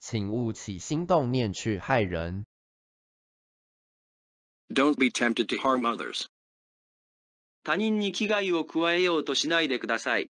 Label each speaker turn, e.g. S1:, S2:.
S1: 请勿起心动念去害人，
S2: Don't be tempted to harm others.
S3: 他人に危害を加えようとしないでください。